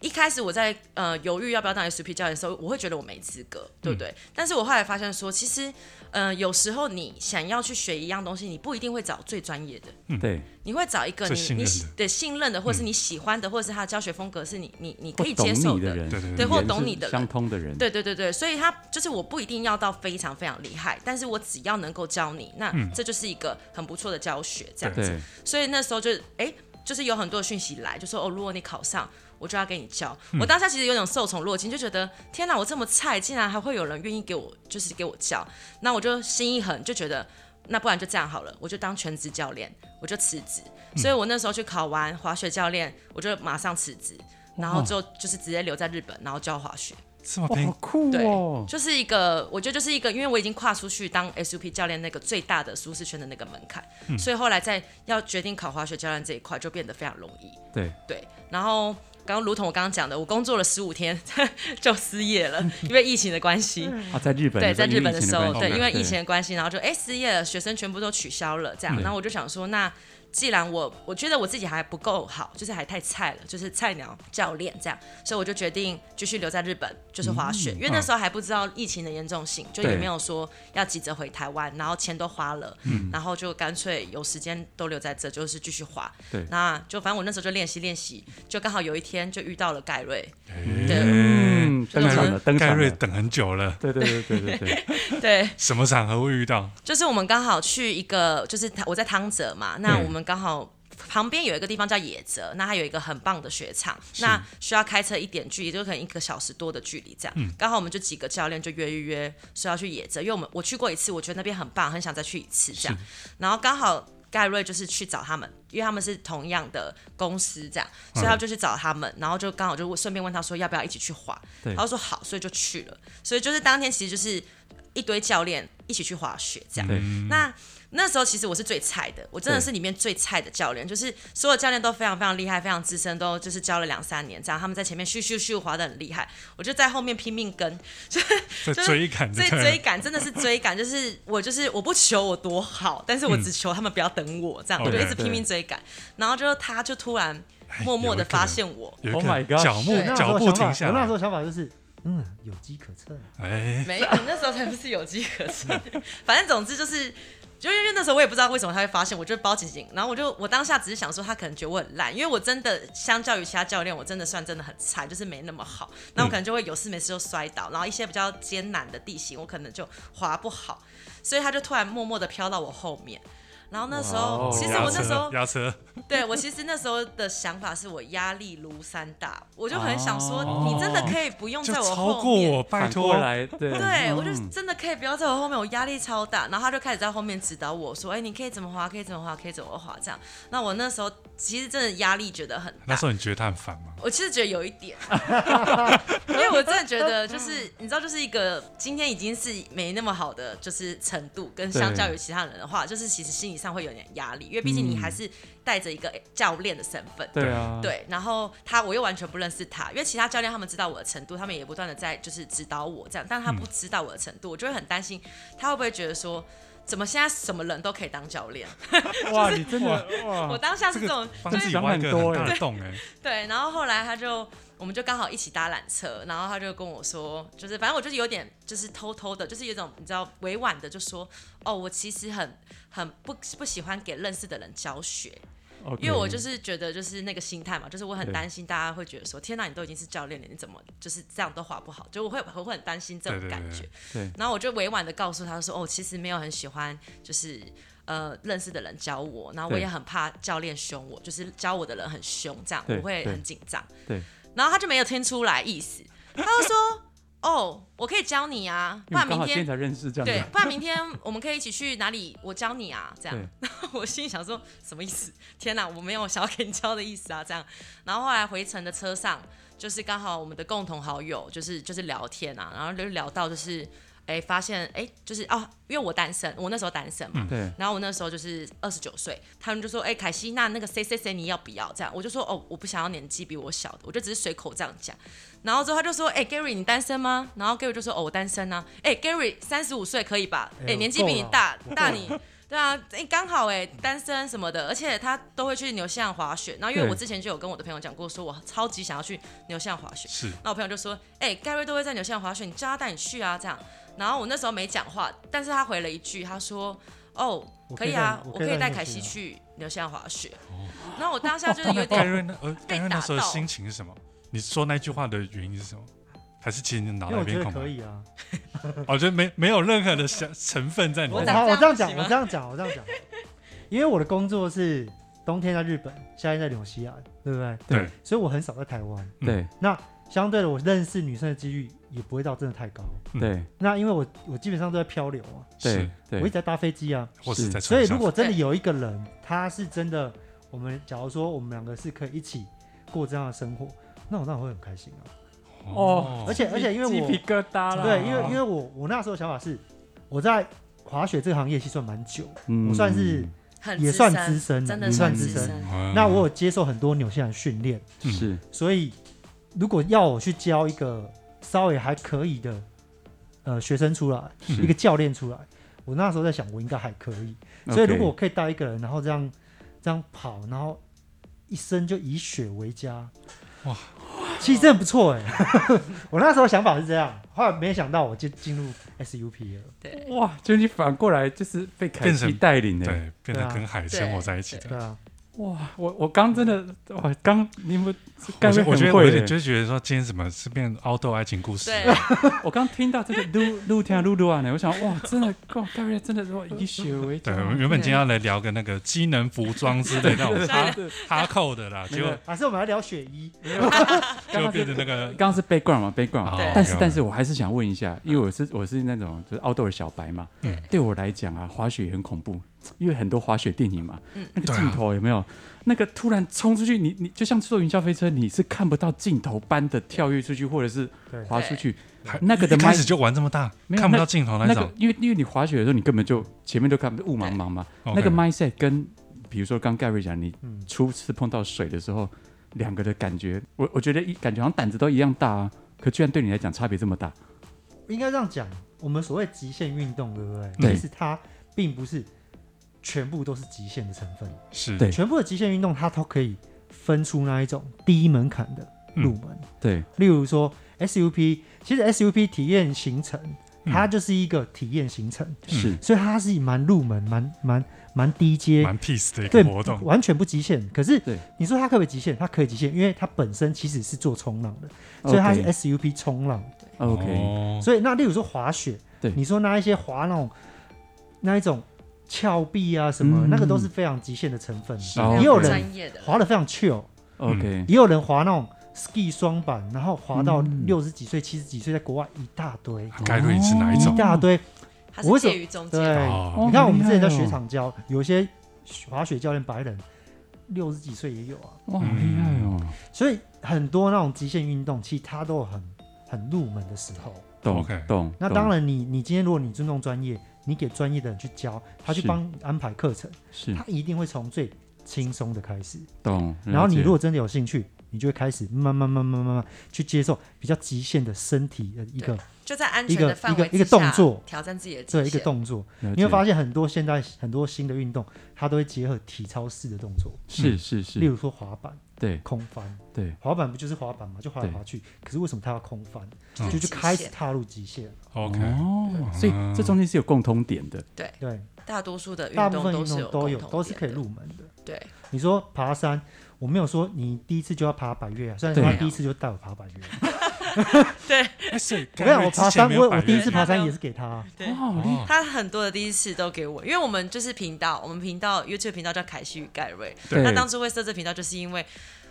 C: 一开始我在呃犹豫要不要当 SP 教练的时候，我会觉得我没资格，对不对？
B: 嗯
C: 但是我后来发现说，其实，呃，有时候你想要去学一样东西，你不一定会找最专业的，
B: 对，
C: 你会找一个
A: 最
C: 你
A: 信
C: 你
A: 任
C: 喜
A: 的
C: 的信任的，或者是你喜欢的，或者是他的教学风格是你你你可
B: 或
C: 以
B: 嗯懂
C: 接受
B: 你的人，
A: 对对对
C: 对
B: 语
C: 或
B: 言
C: 懂
B: 是
C: 你的人
B: 相通的人，
C: 对对对对，所以他就是我不一定要到非常非常厉害，但是我只要能够教你，那这就是一个很不错的教学这样子。
B: 嗯对
C: 所以那时候就哎、就是有很多讯息来，就说哦，如果你考上，我就要给你教。我当下其实有点受宠若惊，就觉得天哪，我这么菜，竟然还会有人愿意给我，就是给我教。那我就心一横，就觉得那不然就这样好了，我就当全职教练，我就辞职。所以我那时候去考完滑雪教练，我就马上辞职。然后就就是直接留在日本，然后教滑雪，
A: 这么
B: 哇，
A: 便宜
B: 好酷
C: 对，
B: 哦，
C: 就是一个，我觉得就是一个，因为我已经跨出去当 SUP 教练那个最大的舒适圈的那个门槛，所以后来在要决定考滑雪教练这一块就变得非常容易。
B: 对
C: 对，然后刚刚如同我刚刚讲的，我工作了十五天 <laughs> 就失业了，因为疫情的关系。
B: 啊，在日本
C: 对，
B: 的
C: 在
B: 因为
C: 日本的
B: 疫情
C: 时候，
B: 关
C: 对，
B: 系
C: 因为疫情的关系，然后就哎失业了，学生全部都取消了，这样，
B: 嗯
C: 然后我就想说，那既然我我觉得我自己还不够好，就是还太菜了，就是菜鸟教练这样，所以我就决定继续留在日本，就是滑雪，因为那时候还不知道疫情的严重性，就也
B: 嗯对
C: 没有说要急着回台湾，然后钱都花了，
B: 嗯
C: 然后就干脆有时间都留在这，就是继续滑，
B: 对
C: 那就反正我那时候就练习练习，就刚好有一天就遇到了盖瑞， <laughs> 对。
B: 嗯，登场了，登
A: 哎盖
B: 场
A: 瑞
B: 了，
A: 等很久了，
B: 对对对对对对，
C: 对，
A: 什么场合会遇到？
C: 就是我们刚好去一个，就是我在汤泽嘛，那我们刚好。旁边有一个地方叫野泽，那它有一个很棒的雪场，那需要开车一点距离，就可能一个小时多的距离这样。刚、好我们就几个教练就约一约，说要去野泽，因为我们我去过一次，我觉得那边很棒，很想再去一次这样。然后刚好盖瑞就是去找他们，因为他们是同样的公司这样，
B: 嗯
C: 所以他就去找他们，然后就刚好就顺便问他说要不要一起去滑，
B: 对
C: 他就说好，所以就去了。所以就是当天其实就是一堆教练一起去滑雪这样。
B: 对
C: 那那时候其实我是最菜的，我真的
B: 对
C: 是里面最菜的教练，就是所有教练都非常非常厉害，非常资深，都就是教了两三年这样。他们在前面咻咻咻滑的很厉害，我就在后面拼命跟，
A: 在追赶着
C: 这
A: 他
C: 追赶真的是追赶，就是我就是我不求我多好，但是我只求他们不要等我这样，我就
A: 嗯 OK
C: 一直拼命追赶。然后就他就突然
A: 哎
C: 默默的
A: 有一个
C: 发现我，
A: 有一
B: Oh my
A: 个
B: god
A: 脚步
D: 我那时
A: 脚
D: 候
A: 步
D: 想法
A: 停下
D: 我那
A: 来
D: 时，候想法就是，嗯，有机可乘。
A: 哎，
C: <laughs> 没有，那时候才不是有机可
B: <laughs>
C: 乘。反正总之就是，就因为那时候我也不知道为什么他会发现，我就包紧紧。然后我就我当下只是想说，他可能觉得我很烂，因为我真的相较于其他教练，我真的算真的很菜，就是没那么好。那我可能就会有事没事就摔倒，然后一些比较艰难的地形，我可能就滑不好。所以他就突然默默的飘到我后面。然后那时
B: 哇
C: 候，
B: 哦
C: 其实
A: 压
C: 我那时候
A: 车，压车，
C: 对我其实那时候的想法是我压力如山大，我就很想说，
B: 哦
C: 你真的可以不用
A: 就
C: 在我
A: 超
C: 后
A: 过
C: 面。
A: 我，拜
B: 反
A: 托
B: 过，来，对，
C: 对，我就
B: 嗯
C: 真的可以不要在我后面，我压力超大。然后他就开始在后面指导我说：“哎、你可以怎么滑，可以怎么滑，可以怎么滑。”这样。那我那时候其实真的压力觉
B: <laughs>
C: 得很
A: <laughs> 那
C: 大
A: 时，候你觉得他很烦吗？
C: 我其实觉得有一点，因为我真的觉得就是你知道，就是一个今天已经是没那么好的就是程度，跟
B: 对
C: 相较于其他人的话，就是其实心理上会有点压力，因为毕竟你
B: 嗯
C: 还是带着一个教练的身份。
B: 对啊，
C: 对，然后他我又完全不认识他，因为其他教练他们知道我的程度，他们也不断的在就是指导我这样，但他不知道我的程度，我就会很担心他会不会觉得说。怎么现在什么人都可以当教练？
B: 哇，你真的
C: 我
B: 哇，
C: 当下是这种，
A: 帮
B: 这
A: 自己
B: 想
A: 挖一
B: 很
A: 个
B: 多
A: 很大
B: 欸
A: 的洞
C: <laughs>
A: 哎，
C: 对，然后后来他就，我们就刚好一起搭缆车，然后他就跟我说，就是反正我就是有点，就是偷偷的，就是有一种你知道委婉的就说，哦，我其实很很不不喜欢给认识的人教学，因
B: 嗯
C: 为我就是是觉得就是那个心态嘛，就是我很
B: 对
C: 担心大家会觉得说，天哪，你都已经是教练了，你怎么就是这样都滑不好？就我会我会很担心这种
A: 对对
C: 感
A: 对
C: 觉。
B: 对
C: 然后我就委婉的告诉他说，哦，其实没有很喜欢，就是呃认识的人教我，然后我
B: 对
C: 也很怕教练凶我，就是教我的人很凶，这样
B: 对
C: 我会
B: 对
C: 很紧张。
B: 对，
C: 然后他就没有听出来意思，他就说，哦，我可以教你啊，不
B: 因为
C: 然
B: 我刚
C: 明
B: 好今
C: 天
B: 天才认识这样
C: 对
B: 子，，
C: 不然明天我们可以一起去哪里？我教你啊，这样
B: 对。
C: 然后 <laughs> 我心里想说，什么意思？天哪，我没有想要给你教的意思啊，这样。然后后来回程的车上，就是刚好我们的共同好友，就是就是聊天啊，然后就聊到就是，哎，发现哎，就是哦，因为我单身，我那时候单身嘛，
B: 对，
C: 然后我那时候就是二十九岁，他们就说：“哎、凯西，那那个谁谁谁你要不要？”这样，我就说：“哦，我不想要年纪比我小的，我就只是随口这样讲。”然后之后他就说：“哎、g a r y 你单身吗？”然后 Gary 就说：“哦，我单身啊。哎、g a r y 三十五岁可以吧？哎、
D: 哎呦
C: 年纪比你
D: 够了
C: 大
D: 我够
C: 大
D: 了
C: 你。” <laughs> 对啊，哎、刚好哎、单身什么的，而且他都会去纽西兰滑雪。然后因为
B: 对
C: 我之前就有跟我的朋友讲过，说我超级想要去纽西兰滑雪。
A: 是
C: 那我朋友就说：“哎、盖瑞都会在纽西兰滑雪，你叫他带你去啊。”这样，然后我那时候没讲话，但是他回了一句，他说：“哦，
D: 我
C: 可
D: 可以
C: 以啊，
D: 带你
C: 我
D: 我
C: 可
D: 可
C: 以
D: 以
C: 带
D: 带
C: 凯
D: 你
C: 西
D: 去
C: 去纽西兰滑雪。”
D: 哦
C: 然后我当下就是有
A: 那盖
C: 点，
A: 瑞那呃，盖瑞那时候的心情是什么？你说那句话的原因是什么？还是其实你脑袋
D: 因为我
A: 一
D: 觉
A: 片
D: 得
A: 空
D: 可
A: 白？哦
D: 以啊。
A: 我觉得没没有任何的想成分在里
D: 我
C: 我
A: 面。
C: 长
D: 好，我
C: 这
D: 这
C: 样
D: 样
C: 子
D: 讲，
C: 吗
D: 我这样讲，我这样讲，因为我的工作是冬天在日本，夏天在纽西兰，对不对？
A: 对，
D: 所以我很少在台湾。
B: 对
D: 相对的，我认识女生的几率也不会到真的太高。
A: 嗯
B: 对
D: 那因为我我基本上都在漂流啊，
B: 对
A: 是，
D: 我
B: 对
D: 一直，在搭飞机啊，
A: 或是在
D: 所以
A: 船上
D: 如果真的有一个人，他是真的，我们假如说我们两个是可以一起过这样的生活，那我那我会很开心啊。
B: 哦
D: 而且而且因为
B: 鸡
D: 我
B: 皮疙瘩啦，
D: 对，因为因为我我那时候想法是，我在滑雪这个行业其实算蛮久，
B: 嗯
D: 我算是
C: 很
D: 也
C: 资
D: 算
C: 深
D: 资深了，
C: 真的
D: 也算
C: 算
D: 资
C: 资
D: 深。
C: 深。
A: 嗯
D: 那我有接受很多纽西兰训练，
A: 嗯
B: 是
D: 所以如果要我去教一个稍微还可以的呃学生出来，
B: 是
D: 一个教练出来，我那时候在想我应该还可以，所以如果我
B: 嗯 OK，
D: 可以带一个人，然后这样这样跑，然后一生就以雪为家，
A: 哇，
D: 其实真的不错哎、 <laughs> 我那时候想法是这样，后来没想到我就进入 SUP 了，
C: 对
B: 哇，就你反过来就是被凯
A: 变
B: 西
A: 成
B: 带领的，
A: 嗯对变得跟海生活在一起的。
D: 对啊，
B: 哇，我我刚真的哇，刚你们
A: 我
B: 盖
A: 觉
B: 瑞
A: 得我觉
B: 很
A: 得我有
B: 会欸
A: 点
B: 耶，
A: 就觉得说今天怎么是变凹豆爱情故事？
C: 对，
B: 我刚听到这个露露天露露啊呢，我想哇，真的哇，盖瑞真的说以雪为
A: 对，
B: 家，
A: 我们原本今天要来聊个那个机能服装之类那种哈
B: 对
A: 哈扣的啦，结
B: 没有
A: 果
D: 还是我们来聊雪衣，
A: 就
B: 刚刚
A: 变
B: 是
A: 成那个
B: 刚刚是 background 嘛，background，
A: 好
C: 对
B: 但是
A: OK，OK
B: 但是我还是想问一下，因为我是我是那种就是 outdoor 的小白嘛
A: 嗯，
B: 对我来讲啊，滑雪也很恐怖，因为很多滑雪电影嘛
C: 嗯，
B: 那个
A: 对啊
B: 镜头有没有？那个突然冲出去，你你就像坐云霄飞车，你是看不到镜头般的跳跃出去，或者是
D: 对
B: 滑出去
A: 还，
B: 那个的
A: 一
B: 麦
A: 开始就玩这么大，
B: 没有
A: 看不
B: 那
A: 到镜头
B: 那
A: 种
B: 个，，因为因为你滑雪的时候，你根本就前面都看不雾茫茫嘛，
A: OK
B: 那个 mindset 跟比如说刚 Gary 讲，你
D: 嗯，
B: 初次碰到水的时候，两个的感觉，我我觉得一感觉好像胆子都一样大啊，可居然对你来讲差别这么大。
D: 应该这样讲，我们所谓极限运动，对不对？
B: 对
D: 其实它并不是全部都是极限的成分，
A: 是
B: 对
D: 全部的极限运动它都可以分出那一种低门槛的入门，
B: 对
D: 例如说，哎、 SUP 其实 SUP 体验行程，
A: 嗯
D: 它就是一个体验行程，
B: 是
D: 所以它是蛮入门、蛮蛮蛮低阶、
A: 蛮 peace 的一
D: 对
A: 个活动，
D: 完全不极限。可是
B: 对
D: 你说它可不可以极限？它可以极限，因为它本身其实是做冲浪的，所以它是哎 SUP 冲浪。
B: 嗯 OK，
A: 哦
D: 所以那例如说滑雪，
B: 对
D: 你说那一些滑那种那一种峭壁啊什么，
B: 嗯
D: 那个都是非常极限的成分。
A: 是
B: 哦
C: 非常
D: 也有人
C: 专业的
D: 滑的非常 chill，
B: OK，
D: 也有人滑那种 ski 双板，然后滑到
B: 嗯
D: 六十几岁、七十几岁，在国外一大堆，
A: 概率是哪一
D: 一
A: 种？
D: 大堆。
C: 它
D: 我为
C: 是
D: 什么
C: 介于中间，
D: 对，
A: 哦，
D: 你看我们之前在
B: 好厉害
D: 雪
B: 啊哦
D: 场教，有些滑雪教练白人六十几岁也有啊，
B: 哇，好厉害哦！
D: 所以很多那种极限运动，其实它都有很很入门的时候。
B: 懂
A: OK
B: 懂。
D: 那
B: 懂
D: 当然你，你今天如果你尊重专业，你给专业的人去教，他去
B: 是
D: 帮你安排课程，
B: 是
D: 他一定会从最轻松的开始。
B: 懂。
D: 然后你
B: 了解
D: 如果真的有兴趣，你就会开始慢慢慢慢慢慢去接受比较极限的身体的一个
C: 就在安全的范围
D: 一个一个一个动作
C: 挑战自己的极
D: 这
C: 限。
D: 一个动作，
B: 了
D: 你会
B: 解
D: 发现很多现在很多新的运动，它都会结合体操式的动作，
B: 是是是，
D: 嗯例如说滑板、
B: 对
D: 空翻。
B: 对
D: 滑板不就是滑板嘛，就滑来
B: 对
D: 滑去。可是为什么它要空翻？
A: 嗯
D: 就
C: 极
D: 就
C: 限
D: 开始踏入极限。
A: ，OK，
B: 哦，所以这中间是有共通点的，
D: 对，
C: 大多数的运
D: 大部
C: 动
D: 分
C: 都
D: 运
C: 是
D: 动都有，
C: 共同
D: 都是
C: 点
D: 可以
C: 的
D: 入门的。
C: 对，
D: 你说爬山，我没有说你第一次就要爬百越啊，虽然说
B: 对
D: 他第一次就带我爬百越。
A: 哎，所以概
D: 我
A: 率
D: 跟你讲，我
A: 之前
D: 爬山，
A: 没
D: 我
A: 有百
D: 我第一次
A: 元，
D: 爬山也是给他啊，
C: 对
B: 哇，好厉害！
A: 哦，
C: 他很多的第一次都给我，因为我们就是频道，我们频道 YouTube 频道叫凯西与盖瑞。
A: 对
C: 那当初会设这频道，就是因为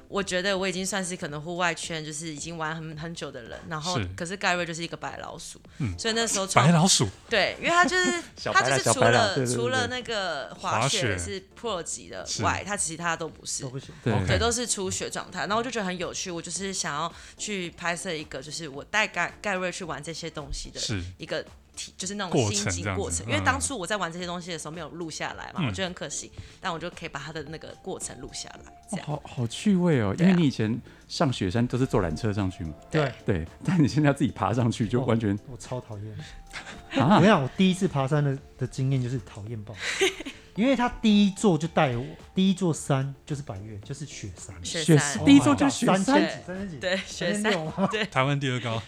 C: 我觉得我已经算是可能户外圈就是已经玩很很久的人，然后
A: 是
C: 可是盖瑞就是一个白老鼠，
A: 嗯
C: 所以那时候
A: 白
C: 创
A: 老鼠
C: 对，因为他就是
B: 小白
C: 他
B: 啦
C: 就是
B: 小
C: 除
B: 白啦
C: 了
B: 对对对
C: 除了
B: 对
C: 那个
A: 滑
C: 滑
A: 雪
C: 雪是 Pro 级的
A: 是
C: 外，他其他都不是
D: 都。不行。
B: 对
A: OK
C: 对，都是初学状态，然后我就觉得很有趣，我就是想要去拍摄一个，就是我带盖盖瑞去玩这些东西的
A: 是
C: 一个体，就是那
A: 过
C: 种
A: 程
C: 心
A: 这
C: 境
A: 样
C: 过
A: 子
C: 程。因为
A: 嗯
C: 当初我在玩这些东西的时候没有录下来嘛，
A: 嗯
C: 我觉得很可惜，但我就可以把他的那个过程录下来，这
B: 哇，
C: 样。
B: 好好趣味哦！因
C: 对啊
B: 为你以前上雪山都是坐缆车上去嘛，
D: 对，
B: 对，但你现在要自己爬上去，就
D: 哦
B: 完全
D: 我超讨厌。我
B: 啊
D: <laughs> 跟你，讲，我第一次爬山的的经验就是讨厌爆，
B: <laughs>
D: 因为他第一座就带我，第一座山就是百越，就是雪山。
C: 雪山
B: <laughs>
C: <laughs>
B: 山，第一座就是
D: Oh
B: 雪
D: my
B: 山，
D: god，三级，三十几，
C: 对，雪山，
D: 36吗
B: <laughs>
A: 台湾第二高，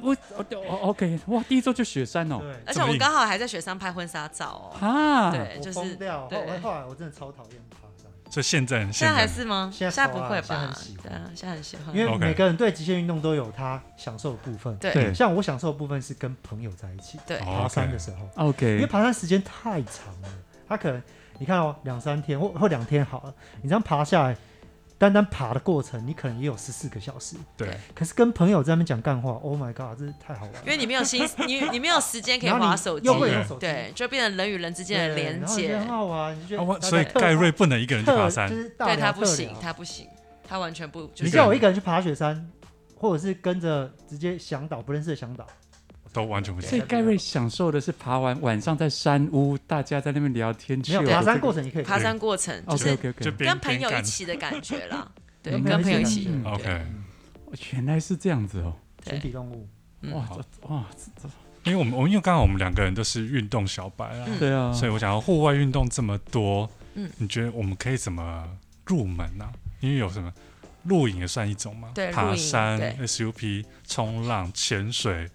B: 我我我 OK，哇，第一座就雪山哦，啊
D: 对，
C: 而且我刚好还在雪山拍婚纱照哦。
B: 哈，
C: 对
D: 我
C: 就是
D: 疯掉。后
C: 对
D: 后来我真的超讨厌爬山。
A: 所以现在
C: 现在还
A: 在
C: 是吗？
D: 现在
C: 在不
D: 好啊
C: 会
D: 现在
C: 吧
D: 很喜？欢
C: 对啊，现在很喜欢。
D: 因为
A: OK
D: 每个人对极限运动都有他享受的部分。
C: 对
B: 嗯对
D: 像我享受的部分是跟朋友在一起
C: 对
A: 哦
D: 爬山
A: OK
D: 的时候，因为
B: OK，
D: 爬山时间太长了，他可能你看哦，两三天或或两天好了，你这样爬下来，单单爬的过程，你可能也有十四个小时。
A: 对，
D: 可是跟朋友在那边讲干话，Oh my god，这太好玩了。
C: 因为你没有心，你你没有时间可以
D: 然后
C: 划
D: 你
C: 手机
D: 又，会
A: 对
D: 用手机，
C: 对，就变成人与人之间的
D: 对
C: 连
D: 然后你觉
C: 接
D: 得。很好玩，你就觉
A: 啊
D: 得
A: 我
D: 大
A: 所以
C: 对
D: 家特
A: 盖瑞不能一个人去
D: 特
A: 爬山
D: 就，是大
C: 对
D: 聊
C: 他不
D: 特
C: 行
D: 聊，
C: 他不行，他完全不就
D: 你
A: 你
C: 是
A: 敢
D: 叫我一个人去爬雪山，或者是跟着直接向导不认识的向导，
A: 都完全不
B: 所
A: 行
B: 以盖瑞享受的是爬完晚上在山屋，大家在那边聊天，
A: 啊
B: 哦
D: 没有
B: chill
D: 爬山
B: 这个
D: 过程也可以
C: 爬山过程，就
B: OK
C: 是
B: OK
A: 就
B: OK，
A: 边
C: 跟朋
A: 边
C: 友一
A: 干
C: 起的感觉啦。对，
D: 跟
C: 跟
D: 朋
C: 朋
D: 友
C: 友
D: 一
C: 一
D: 起
C: 起
D: 的感。
A: OK，
C: 对
B: 哦原来是这样子哦，
D: 群体动物。
C: 嗯
B: 哇
A: 好
B: 这哇，这
A: 因为我们我因为刚好我们两个人都是运动小白啊，
C: 嗯
B: 对啊，
A: 所以我想要户外运动这么多，
C: 嗯
A: 你觉得我们可以怎么入门呢、因为有什么露营也算一种嘛，
C: 对
A: 爬山
C: 露营、
A: SUP、冲浪、潜水，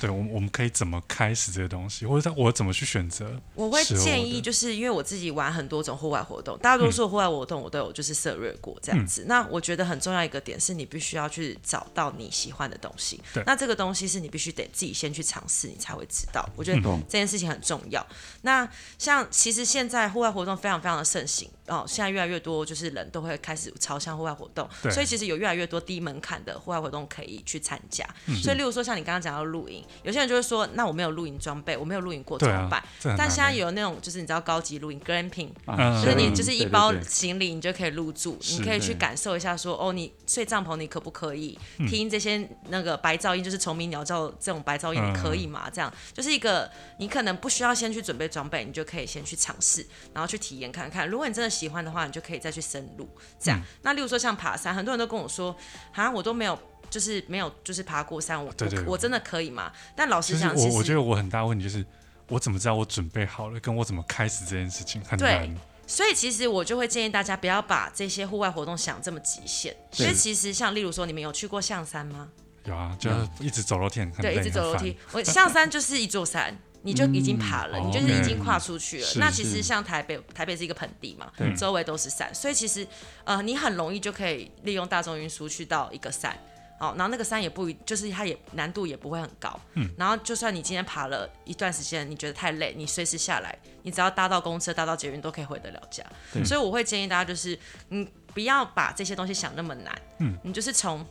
A: 对，我们我们可以怎么开始这些东西，或者我怎么去选择？
C: 我会
A: 是哦
C: 建
A: 我的嗯
C: 议，就是因为我自己玩很多种户外活动，大多数户外活动我都有就是涉略过这样子。那我觉得很重要一个点是你必须要去找到你喜欢的东西
A: 对，
C: 那这个东西是你必须得自己先去尝试，你才会知道。
A: 嗯
C: 我觉得
B: 懂
C: 这件事情很重要。那像其实现在户外活动非常非常的盛行哦，现在越来越多就是人都会开始朝向户外活动
A: 对，
C: 所以其实有越来越多低门槛的户外活动可以去参加。
A: 嗯
C: 所以，例如说像你刚刚讲到露营，有些人就会说，那我没有露营装备，我没有露营过怎
A: 对
C: 么办
A: 啊？，这很难
C: 但现在
A: 欸
C: 有那种就是你知道高级露营 glamping，
A: 嗯
B: 啊，
C: 就是你
B: 嗯
C: 就是一
B: 对对
C: 包
B: 对
C: 行李你就可以入住，
A: 是
C: 你可以去
B: 对
C: 感受一下说哦，你睡帐篷你可不可以？
A: 嗯
C: 听这些那个白噪音，就是虫鸣鸟叫这种白噪音，
A: 嗯
C: 你可以吗？这样就是一个你可能不需要先去准备装备，你就可以先去尝试，然后去体验看看。如果你真的喜欢的话，你就可以再去深入这
A: 嗯
C: 样。那例如说像爬山，很多人都跟我说啊，我都没有。就是没有，就是爬过山，我
A: 对对
C: 我我真的可以吗？但老
A: 就
C: 实
A: 是
C: 讲，
A: 我
C: 其实
A: 我觉得我很大问题就是。我怎么知道我准备好了？跟我怎么开始这件事情很
C: 对
A: 难。
C: 所以其实我就会建议大家不要把这些户外活动想这么极限，
B: 对
C: 因为其实像例如说，你们有去过象山吗？
A: 有啊，就是一直走楼梯很累，
C: 嗯对，一直走楼
A: 很
C: 梯。我象山就是一座山，你就已经爬了，
A: 嗯
C: 你就是已经跨出去了。
A: OK
C: 那
B: 是
C: 其
B: 是
C: 实像台北，台北是一个盆地嘛
B: 对，
C: 周围都是山，所以其实呃，你很容易就可以利用大众运输去到一个山。哦，然后那个山也不一，就是它也难度也不会很高。嗯，然后就算你今天爬了一段时间，你觉得太累，你随时下来，你只要搭到公车、搭到捷运都可以回得了家。
B: 对
C: 所以我会建议大家就是，嗯，不要把这些东西想那么难。
A: 嗯，
C: 你就是从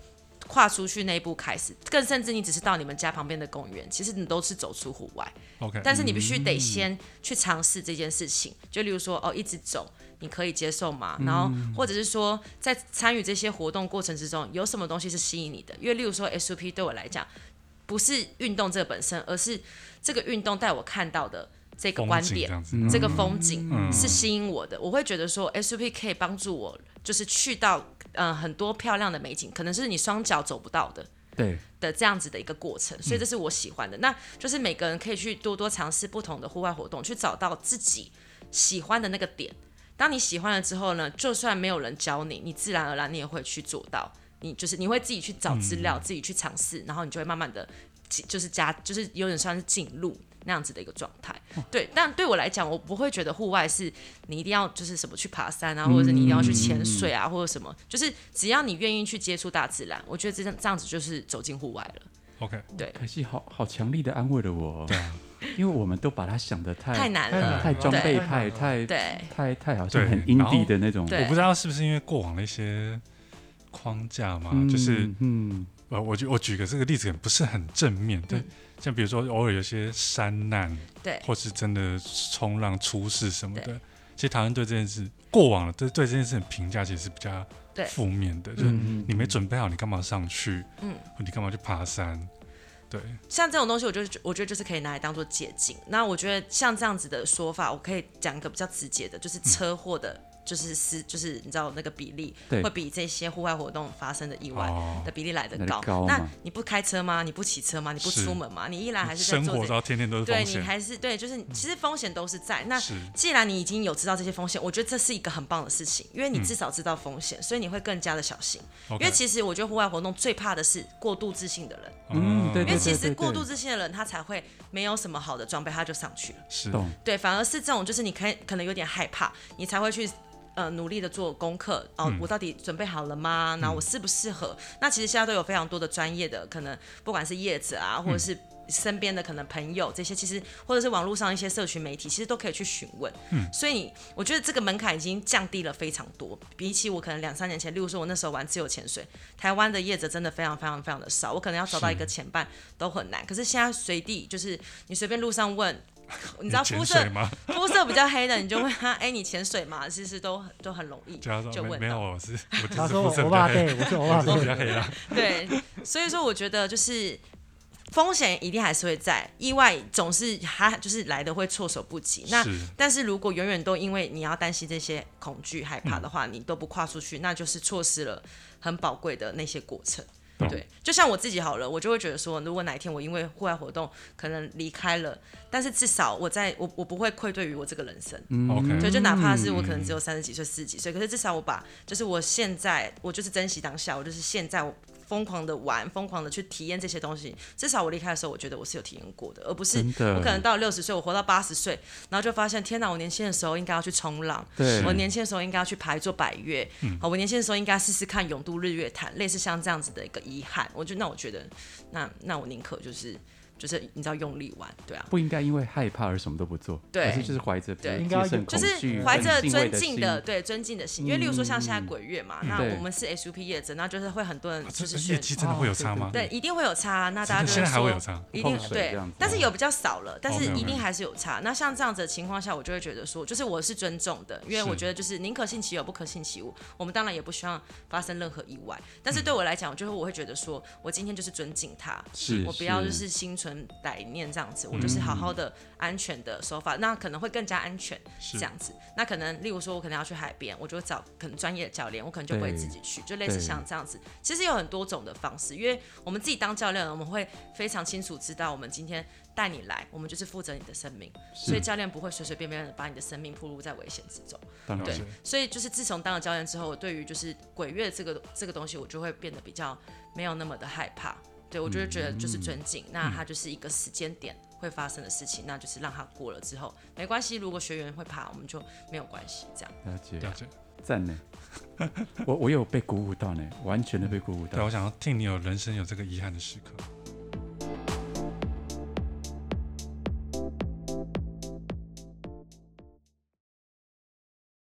C: 跨出去那一步开始，更甚至你只是到你们家旁边的公园，其实你都是走出户外，
A: 烦 OK，嗯
C: 但是你必须得先去尝试这件事情。就例如说，哦，一直走，你可以接受
A: 嗯
C: 吗？然后或者是说，在参与这些活动过程之中，有什么东西是吸引你的？因为例如说 SUP 对我来讲，不是运动这本身，而是这个运动带我看到的这个
A: 风
C: 观
A: 景
C: 点
A: 这。样子，
B: 嗯
C: 这个风景
A: 嗯
C: 是吸引我的，我会觉得说 SUP 可以帮助我，就是去到呃很多漂亮的美景，可能是你双脚走不到的
B: 对，
C: 的这样子的一个过程，所以这是我喜欢的。那就是每个人可以去多多尝试不同的户外活动，去找到自己喜欢的那个点。当你喜欢了之后呢，就算没有人教你，你自然而然你也会去做到。你就是你会自己去找资料，自己去尝试，然后你就会慢慢的就是加，就是有点像是进入那样子的一个状态。对，但对我来讲，我不会觉得户外是你一定要就是什么去爬山啊，或者是你一定要去潜水啊，或者什么，就是只要你愿意去接触大自然，我觉得这样这样子就是走进户外了。
A: OK，
B: 凯西好好强力的安慰了我哦，因为我们都把它想的太呃
C: 太难
D: 太难
C: 了，
D: 了
B: 太装备
D: 对
B: 派，太
C: 嗯对
B: 太太好像
A: 对
B: 很
A: 然后
B: indie 的那种，
C: 对
A: 我不知道是不是因为过往的一些框架嘛，
B: 嗯
A: 就是
B: 嗯，
A: 呃，我举我举个这个例子，可能不是很正面，对，像比如说偶尔有些山难，
C: 嗯对
A: 或是真的冲浪出事什么的，其实台湾对这件事过往的对对这件事的评价其实是比较
C: 对
A: 负面的，就是
B: 嗯
A: 你没准备好，你干嘛上去？
C: 嗯
A: 或你干嘛去爬山？对，
C: 像这种东西，我就我觉得就是可以拿来当做借鉴。那我觉得像这样子的说法，我可以讲一个比较直接的，就是车祸的，就是是就是你知道那个比例
B: 对
C: 会比这些户外活动发生的意外
A: 哦，
C: 的比例来得
B: 来得
C: 高。
B: 高
C: 那
B: 嘛
C: 你不开车吗？你不骑车吗？你不
A: 是
C: 出门吗？你依然还是在
A: 生
C: 做
A: 活
C: 这
A: 到天天都是
C: 对
A: 风
C: 你
A: 险，嗯
C: 还是对，就是其实风险都是在。那
A: 是
C: 既然你已经有知道这些风险，我觉得这是一个很棒的事情，因为你至少知道风险，所以你会更加的小心。
A: 嗯 OK，
C: 因为其实我觉得户外活动最怕的是过度自信的人，
A: 哦
B: 嗯对
C: 因为
B: 对
C: 其
B: 对
C: 实过度自信的人他才会没有什么好的装备他就上去了，
A: 是
B: 懂
C: 对，反而是这种就是你可以可能有点害怕，你才会去。呃，努力的做功课哦，我到底准备好了吗？然后我适不适合？那其实现在都有非常多的专业的，可能不管是业者啊，或者是身边的可能朋友这些，其实或者是网络上一些社群媒体，其实都可以去询问。嗯，所以你我觉得这个门槛已经降低了非常多，比起我可能两三年前，例如说我那时候玩自由潜水，台湾的业者真的非常非常非常的少，我可能要找到一个前伴都很难。可是现在随地就是你随便路上问，你知道
A: 潜
C: 肤
A: 水
C: 色
A: 吗？ <laughs>
C: 肤色比较黑的，你就问他，哎、你潜水吗？其实都都很容易
A: 就他
C: 就
A: 说没
C: 问
A: 没有，
C: 到。
A: 我是我 <laughs> 就
D: 他
A: 是
D: 说
A: 肤
D: 我
A: 色
D: 欧
A: 比较
D: 巴
A: 黑，
D: 贝，我是欧
A: <laughs>
D: 巴
A: 肤色比
D: 贝，
A: 较黑啦。
C: 对，所以说我觉得就是风险一定还是会在，意外总是还就是来的会措手不及。那
A: 是
C: 但是如果永远都因为你要担心这些恐惧、害
A: 嗯
C: 怕的话，你都不跨出去，那就是错失了很宝贵的那些过程。
A: 懂
C: 对，就像我自己好了，我就会觉得说，如果哪一天我因为户外活动可能离开了，但是至少我在我我不会愧对于我这个人生。
A: OK，
C: 对，就哪怕是我
B: 嗯
C: 可能只有三十几岁、四十几岁，可是至少我把，就是我现在，我就是珍惜当下，我就是现在，我疯狂的玩，疯狂的去体验这些东西。至少我离开的时候，我觉得我是有体验过的，而不是
B: 真的
C: 我可能到六十岁，我活到八十岁，然后就发现，天哪，我年轻的时候应该要去冲浪，
B: 对嗯
C: 我年轻的时候应该要去爬一座百岳，好，我年轻的时候应该试试看永渡日月潭，类似像这样子的一个遗憾。我就那我觉得，那那我宁可就是就是你知道用力玩，对啊。
B: 不应该因为害怕而什么都不做，
C: 对
B: 而是就是怀着比较
C: 对
B: 谨慎恐
C: 就
B: 惧
C: 是
B: 跟
C: 怀着
B: 敬畏
C: 尊敬
B: 的心，嗯
C: 的对尊敬的心，因为例如说像现在鬼月嘛，那
B: 对
C: 我们是 SUP 业者，那就是会很多人
A: 啊这
C: 就是
A: 业
C: 选
A: 绩真的会有差吗？
C: 对，一定会有差，啊那大家就
A: 现在
C: 是
A: 还会
C: 说
A: 有差哦
C: 一定
B: 碰水这
C: 对
B: 样子，哦
C: 但是有比较少了，但是
A: OK，OK
C: 一定还是有差。那像这样子的情况下，我就会觉得说，就是我是尊重的，因为
A: 是
C: 我觉得就是宁可信其有，不可信其无。我们当然也不希望发生任何意外，但是对我来讲，就是我会觉得说，我今天就是尊敬他，
B: 是
C: 我不要就是心存歹念这样子，
A: 嗯
C: 我就是好好的安全的手法，那可能会更加安全。
A: 是
C: 这样子。那可能，例如说，我可能要去海边，我就找可能专业的教练，我可能就不会
B: 对
C: 自己去，就类似
B: 对
C: 像这样子。其实有很多种的方式，因为我们自己当教练，我们会非常清楚知道，我们今天带你来，我们就是负责你的生命，所以教练不会随随便便的把你的生命暴露在危险之中。
B: 当然
A: 对
B: 是
C: 所以就是自从当了教练之后，我对于就是鬼月这个这个东西，我就会变得比较没有那么的害怕。对我就会觉得就是尊敬，那它就是一个时间点会发生的事情，那就是让它过了之后没关系。如果学员会怕，我们就没有关系，这样
B: 了解，
A: 了解。
B: 赞呢。 <laughs> 我我有被鼓舞到呢，完全的被鼓舞
A: 对，
B: 到。
A: 我想要听你有人生有这个遗憾的时刻。